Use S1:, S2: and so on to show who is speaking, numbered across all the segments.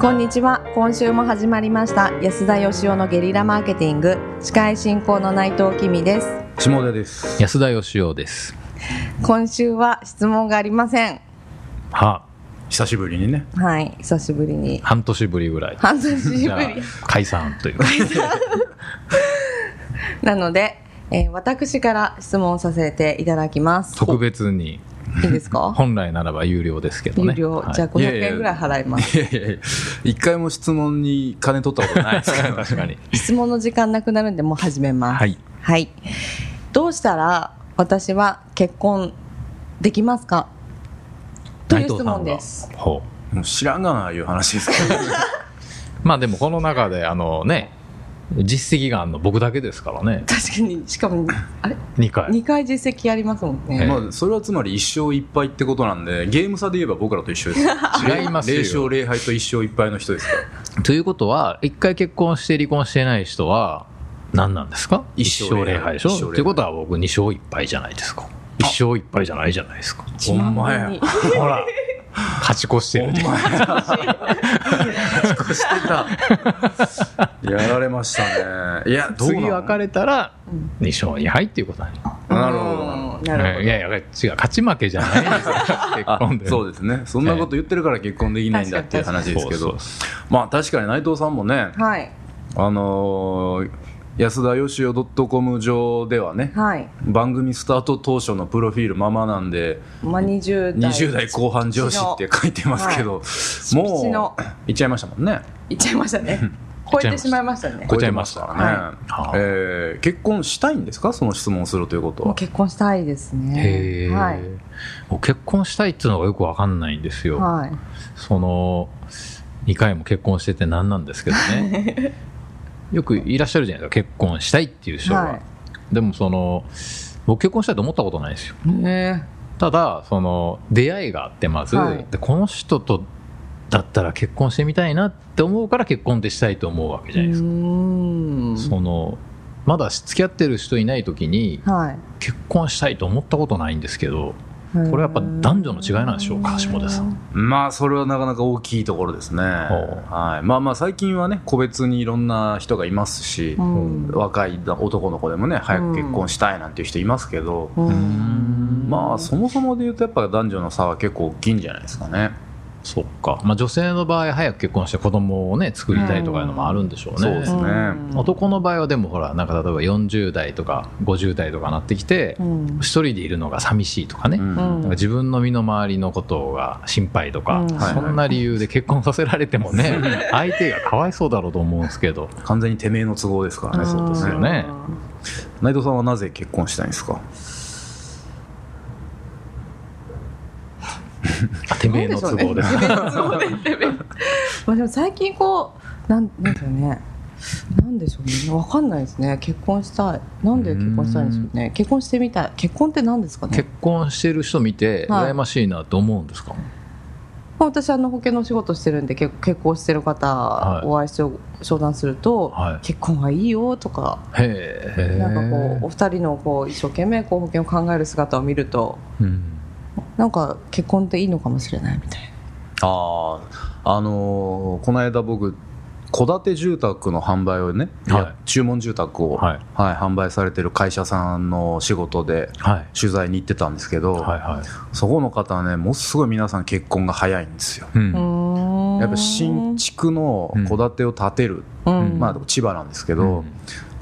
S1: こんにちは今週も始まりました安田義雄のゲリラマーケティング司会進行の内藤きみです
S2: 下田です
S3: 安田義雄です。
S1: 今週は質問がありません
S3: は
S2: 久しぶりにね
S1: はい久しぶりに
S3: 半年ぶりぐらい。
S1: 半年ぶり
S3: じゃあ解散という。
S1: なので、えー私から質問させていただきます
S3: 特別に
S1: いいですか
S3: 本来ならば有料ですけど
S1: 有
S3: ね。
S1: 料、
S3: はい
S1: じゃあ500円ぐらい払います
S2: いやいやいや一回も質問に金取ったことないですから
S3: 確かに。
S1: 質問の時間なくなるんでもう始めます
S3: はい、
S1: はい、どうしたら私は結婚できますかという質問です
S3: 内藤さんが。ほ
S2: もう知らんがないう話ですけど
S3: う。まあでもこの中であのね実績があるの僕だけですからね。
S1: 確かにしかもあれ
S3: 二回。
S1: 2回実績ありますもんね、
S3: ええ
S2: まあそれはつまり一勝一敗ってことなんでゲーム差で言えば僕らと一緒です
S3: 違いますよ
S2: 0勝0敗と一勝一敗の人ですから
S3: ということは一回結婚して離婚してない人は何なんですか？
S2: 一
S3: 一
S2: 勝
S3: 勝
S2: 零
S3: 零
S2: 敗
S3: 敗
S2: で
S3: で
S2: し
S3: し
S2: ょ
S3: ょ。ということは僕二勝一敗じゃないですか。一勝一敗じゃないじゃないですか。
S1: 1万 分に
S3: ほら勝ち越してる。
S2: やられましたねいやどうな
S3: 次
S2: の
S3: 別れたら
S1: うん
S3: 2勝2敗っていうことに
S2: なるほど
S1: うんなるほど
S3: いやいや違う勝ち負けじゃないですよ結
S2: あ
S3: 婚で
S2: そうですねそんなこと言ってるから結婚できないんだっていう話ですけ
S3: そう
S2: ど
S3: そう
S2: まあ確かに内藤さんもね
S1: はい
S2: あのー安田よしお .com 上ではね
S1: はい
S2: 番組スタート当初のプロフィールままなんで
S1: まあ、20代
S2: 20代後半上司って書いてますけど、
S1: 口
S2: も
S1: の
S2: ういっちゃいましたもんね
S1: いっちゃいましたね超えてしまいましたね
S3: こっちゃいました
S2: 超えてますからね、
S3: はい
S2: えー結婚したいんですかその質問するということ
S1: もう
S2: は
S1: 結婚したいです
S3: へ
S1: ね
S3: え、
S1: はい
S3: もう結婚したいっていうのがよくわかんないんですよ、
S1: はい
S3: その2回も結婚してて何なんですけどね よくいらっしゃるじゃないですか結婚したいっていう人が、
S1: は
S3: でもその僕結婚したいと思ったことないですよ
S1: いね
S3: ただその出会いがあってまず、
S1: はい
S3: でこの人とだったら結婚してみたいなって思うから結婚ってしたいと思うわけじ
S1: え
S3: ゃ
S1: う
S3: ないですか、
S1: ーん
S3: そのまだ付き合ってる人いない時に
S1: はい
S3: 結婚したいと思ったことないんですけど
S1: これ
S3: れはやっぱ男女の違いなんでしょうか下田さん
S2: まあそれはなかなか大きいところですね、はい、まあまあ最近はね個別にいろんな人がいますし、
S1: うん
S2: 若い男の子でもね早く結婚したいなんていう人いますけど、
S1: うん
S2: まあそもそもで言うとやっぱ男女の差は結構大きいんじゃないですかね
S3: そっか、まあ、女性の場合早く結婚して子供をね作りたいとかいうのもあるんでしょうね、
S2: うんそうですね
S1: うん
S3: 男の場合はでもほらなんか例えば40代とか50代とかなってきて
S1: うん
S3: 一人でいるのが寂しいとかね、
S2: うん
S3: なんか自分の身の回りのことが心配とか、
S1: うん
S3: そんな理由で結婚させられてもね、相手がかわいそうだろうと思うんですけど、
S2: 完全にてめえの都合ですからね、
S3: そうですよね
S2: 内藤さんはなぜ結婚したいんですか
S3: あてめえの都合で。
S1: すね。まあでも最近こうなんなんですよね。なんでしょうね。わかんないですね。結婚したい。なんで結婚したいんですよね。結婚してみたい。結婚って何ですかね
S3: 結。婚してる人見て、
S1: はい
S3: 羨ましいなと思うんですか、
S1: まあ私あの保険の仕事してるんで結結婚してる方
S3: はい
S1: お会いして相談すると、
S3: はい
S1: 結婚はいいよとか。
S3: へえ。
S1: なんかこうお二人のこう一生懸命こう保険を考える姿を見ると
S3: うん
S1: なんか結婚っていいのかもしれないみたい
S2: あああのーこの間僕戸建て住宅の販売をね、
S3: はい
S2: や注文住宅を、は
S3: はいい
S2: 販売されてる会社さんの仕事で
S3: はい。
S2: 取材に行ってたんですけど、
S3: はいはい。
S2: そこの方はねものすごい皆さん結婚が早いんですよ
S3: うん
S1: な。うーん
S2: やっぱ新築の戸建てを建てる、
S1: うん
S2: まあ、千葉なんですけど、
S3: うん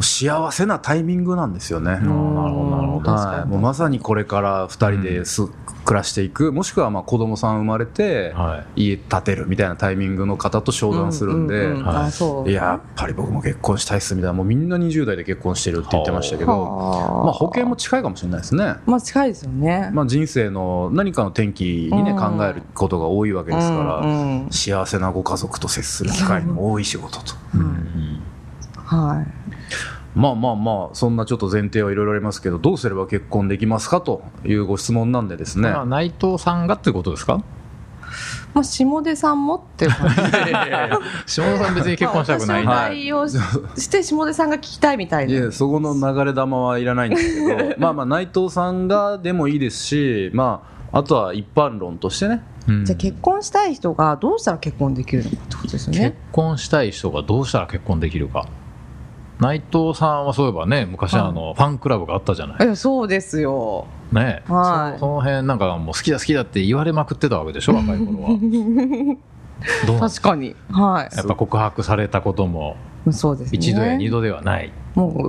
S2: 幸せなタイミングなんですよね、
S1: うん
S3: なるほどなるほど
S1: 確か
S2: はい、
S1: に
S2: もうまさにこれから2人です、暮らしていくもしくはまあ子供さん生まれて
S3: はい。
S2: 家建てるみたいなタイミングの方と商談するんで、
S1: ううう
S3: はい
S1: あそう
S2: いややっぱり僕も結婚したいっすみたいなもうみんな20代で結婚してるって言ってましたけど、
S1: はあ
S2: まあ、保険も近いかもしれないですね、
S1: まあ近いですよね、
S2: まあ、人生の何かの転機に、ね
S1: うん
S2: 考えることが多いわけですから、
S1: うんうん
S2: 幸せなご家族と接する機会も多い仕事と。
S3: うん
S1: は
S2: まあまあまあそんなちょっと前提はいろいろありますけどどうすれば結婚できますかというご質問なんでです ね
S3: まあ内藤さんがってことですか
S1: い、まあ、下出さんもっていう感じ
S3: 下田さん別に結婚したくない
S1: まあ私を
S3: な。
S1: 代用しして下出さんが聞きたいみたい
S2: い
S1: な
S2: や そこの流れ玉はいらないんですけどまあまあ内藤さんがでもいいですしまああとは一般論としてね
S3: うん
S1: じゃあ結婚したい人がどうしたら結婚できるのかってことですよ
S3: 結
S1: ね。
S3: 婚したい人がどうしたら結婚できるか内藤さんはそういえばね昔
S1: はい
S3: あのファンクラブがあったじゃない
S1: いやそうですよ。
S3: ねそ
S1: はい
S3: のその辺なんかもう好きだ好きだって言われまくってたわけでしょ若い頃は どうなん
S1: 確かに。はい
S3: やっぱ告白されたことも
S1: うん。そうですね。
S3: 一度や二度ではない
S1: もう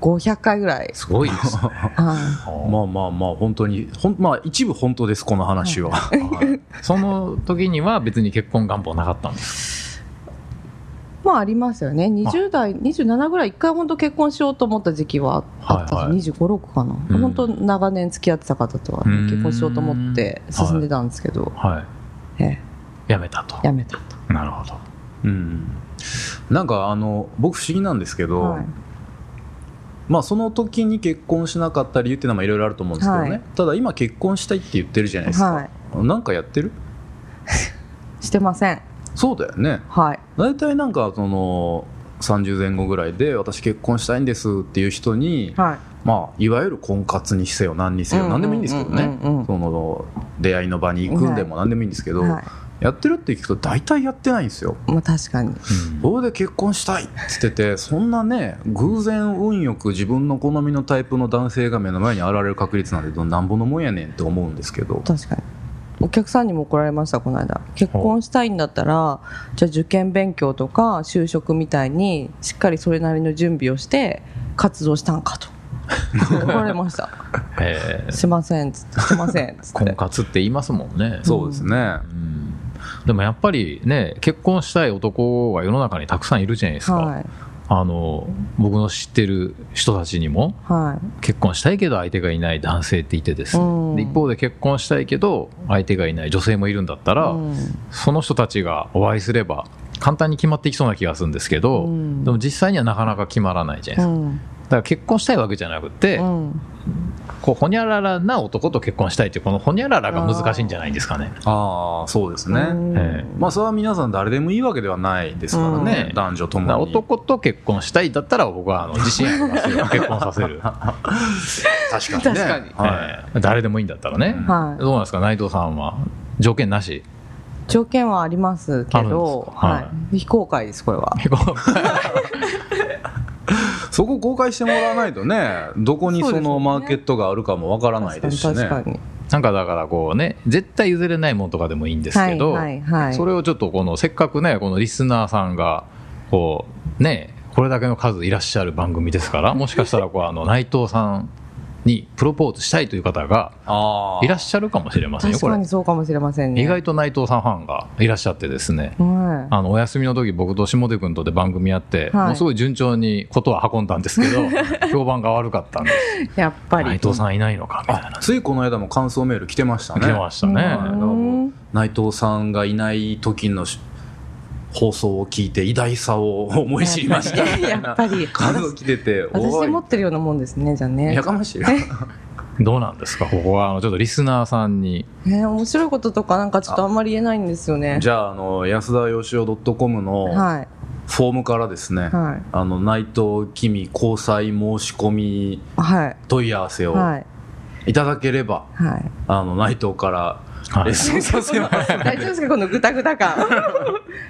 S1: 500回ぐらい。
S3: すごい ですね
S1: は
S2: まあまあまあ本当にほんまあ一部本当ですこの話は、
S3: はいその時には別に結婚願望なかったんです
S1: い。まあありますよね。20代、27ぐらい、一回本当結婚しようと思った時期はあった
S3: はいはい
S1: んです。25、6かな。
S3: うん
S1: 本当長年付き合ってた方とは
S3: うん
S1: 結婚しようと思って進んでたんですけど、
S3: は
S1: え
S3: いやめたと
S1: えやめたと。
S3: なるほど
S2: うん、なんかあの僕不思議なんですけど、
S1: はい
S2: まあ、その時に結婚しなかった理由っていうのはいろいろあると思うんですけどね、
S1: はい
S2: ただ今結婚したいって言ってるじゃないですか、
S1: は
S2: なんかやってる
S1: い。してません。
S2: そうだよね
S1: はい。
S2: 大体なんかその30前後ぐらいで私結婚したいんですっていう人に、
S1: はい。
S2: まあ、いわゆる婚活にせよ何にせよ何でもいいんですけど
S1: うん
S2: ね
S1: うんうん
S2: その出会いの場に行くんでも何でもいいんですけど、
S1: うんはい。
S2: やってるって聞くと大体やってないんですよ
S1: まあ確かに。
S2: それで結婚したいって言っててそんなね偶然運よく自分の好みのタイプの男性が目の前に現れる確率なんてどなんぼのもんやねんって思うんですけど
S1: 確かにお客さんにも怒られましたこの間結婚したいんだったらじゃあ受験勉強とか就職みたいにしっかりそれなりの準備をして活動したん かと怒られました
S3: えー
S1: しませんっつってしてませんっつっ
S3: 婚
S1: て
S3: 活って言いますもんね
S2: そうですね
S3: うんでもやっぱりね結婚したい男は世の中にたくさんいるじゃないですか、
S1: はい
S3: あの僕の知ってる人たちにも
S1: は
S3: 結婚したいけど相手がいない男性っていてですね、
S1: うん
S3: で一方で結婚したいけど相手がいない女性もいるんだった
S1: い
S3: ら、
S1: うん
S3: その人たちがお会いすれば簡単に決まっていきそうな気がするんですけど、
S1: うん
S3: でも実際にはなかなか決まらないじゃないですか、
S1: うん
S3: だから結婚したいわけじゃなくて、
S1: うん
S3: こうほにゃららな男と結婚したいっていうこのほにゃららが難しいんじゃないですかね。
S2: ああそうですね、
S1: うん
S3: え
S2: まあそれは皆さん誰でもいいわけではないですからね、
S3: うん
S2: 男女と
S3: だから
S2: もに
S3: 男と結婚したいだったら僕はあの自信ありますよ結婚さ せる、
S2: 確
S1: かにね確
S2: はい
S3: えー誰でもいいんだったらね、
S1: はい
S3: どうなんですか内藤さんは条件なし
S1: 条件はありますけど
S3: あるんですか
S1: は
S3: はい
S1: 非公開ですこれは
S2: そこ公開してもらわないとねどこに
S1: そう
S2: そ
S1: ですね
S2: のマーケットがあるかもわからないですしね
S1: 確かに
S3: なんかだからこうね絶対譲れないものとかでもいいんですけ
S1: 確かに
S3: ど、
S1: はいはいはい
S3: それをちょっとこのせっかくねこのリスナーさんがこうねこれだけの数いらっしゃる番組ですからもしかしたらこうあの内藤さんにプロポーズしたいという方が
S2: ああ
S3: いらっしゃるかもしれませんよ
S1: 確
S3: こ
S1: か
S3: れ
S1: にそうかもしれませんね
S3: 意外と内藤さんファンがいらっしゃってですね
S1: は
S3: あのお休みの時僕と下出君とで番組やって、
S1: はい
S3: ものすごい順調にことは運んだんですけ ど評判が悪かったんで
S1: いやっぱり
S3: 内藤さんいないのかみたいな
S2: ついこの間も感想メール来てましたね
S3: 来てましたね、
S2: うん内藤さんがいない時のし放送を聞いて偉大さを思い知りましたみた
S1: や
S2: い
S1: っ
S2: な
S1: ぱ り
S2: 感想来ててお
S1: 私
S2: い
S1: 持ってるようなもんですねじゃあね
S2: やかましいよ
S3: どうなんですかここはあのちょっとリスナーさんに
S1: ね面白いこととかなんかちょっとあんまり言えないんですよね
S2: じゃああの安田よしお .com の
S1: はい
S2: フォームからですね、
S1: はい
S2: あの内藤君交際申し込み
S1: はい
S2: 問い合わせを
S1: はい
S2: いただければ、
S1: はい
S2: あの内藤から
S3: はい
S2: レッスンさせます、
S1: 大丈夫ですかこのぐたぐた感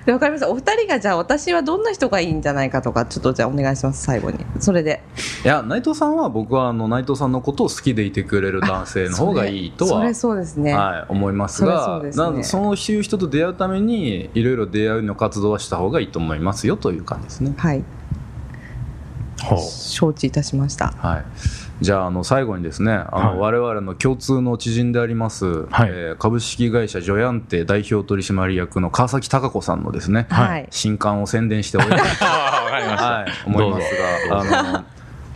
S1: でわかりましたお二人がじゃあ私はどんな人がいいんじゃないかとかちょっとじゃあお願いします最後にそれで
S2: いや内藤さんは僕はあの内藤さんのことを好きでいてくれる男性の方がいいと
S1: そ
S2: は
S1: れそうですね
S2: はい、思いますが
S1: そり
S2: そ
S1: ゃそうですね
S2: なんでそういう人と出会うためにいろいろ出会いの活動はした方がいいと思いますよという感じですね、
S1: はい
S3: ほう
S1: 承知いたしました
S2: はい、じゃああの最後にですねあの、
S3: は
S2: 我々の共通の知人であります、
S3: はい
S2: えー株式会社ジョヤンテ代表取締役の川崎貴子さんのですね、
S1: はい、
S2: 新刊を宣伝しております
S3: あわかりました
S2: はい、思いますが
S3: どう
S2: あの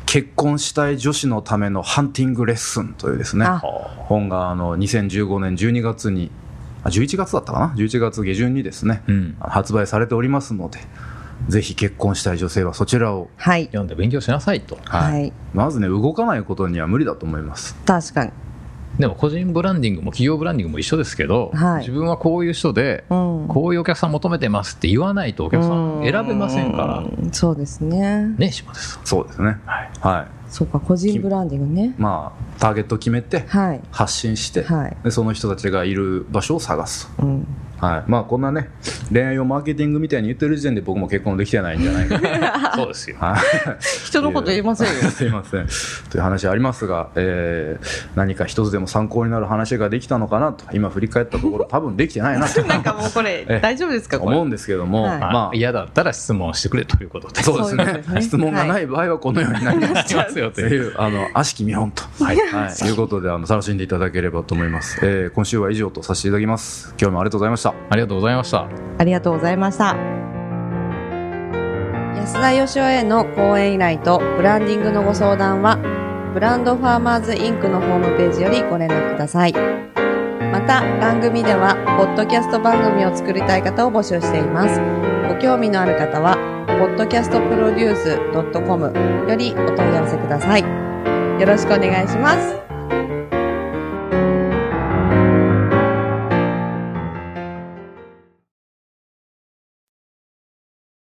S2: 結婚したい女子のためのハンティングレッスンというですね
S1: あ
S2: 本があの2015年12月にあ11月だったかな11月下旬にですね、
S3: うん
S2: 発売されておりますのでぜひ結婚したい女性はそちらを、
S1: はい
S3: 読んで勉強しなさいと
S1: はい、
S2: まずね動かないことには無理だと思います
S1: 確かに
S3: でも個人ブランディングも企業ブランディングも一緒ですけど、
S1: はい
S3: 自分はこういう人で、
S1: うん
S3: こういうお客さん求めてますって言わないとお客さん選べませんから
S1: うんそうですね
S3: ね島です
S2: そうですね
S3: はい
S2: は
S4: そうか個人ブランディングね
S2: まあターゲット決めて
S4: はい
S2: 発信して、
S4: はい
S2: でその人たちがいる場所を探す
S4: うん
S2: と、はい、まあこんなね恋愛をマーケティングみたいに言ってる時点で僕も結婚できてないんじゃないかな
S3: そうですよ。
S2: はい
S4: 人のこと言えませんよ
S2: すいませんという話ありますが、えー何か一つでも参考になる話ができたのかなと今振り返ったところ多分できてないなと
S4: なんかもうこれ
S2: え
S4: 大丈夫ですかこれ
S2: 思うんですけども、
S4: はい
S2: ま
S3: まあ
S2: あ
S3: 嫌だったら質問してくれということで。
S2: そうですね
S4: そういうことですね
S2: 質問がない場合はこのようにな ります
S3: しますよ
S2: と
S3: という。
S2: いうあの悪しき見本と、はいはい、いうことであの楽しんでいただければと思います、えー今週は以上とさせていただきます今日もありがとうございました
S3: ありがとうございました。
S4: ありがとうございました
S1: 安田義しへの講演依頼とブランディングのご相談は、ブランドファーマーズインクのホームページよりご連絡ください。また、番組では、ポッドキャスト番組を作りたい方を募集しています。ご興味のある方は、podcastproduce.com よりお問い合わせください。よろしくお願いします。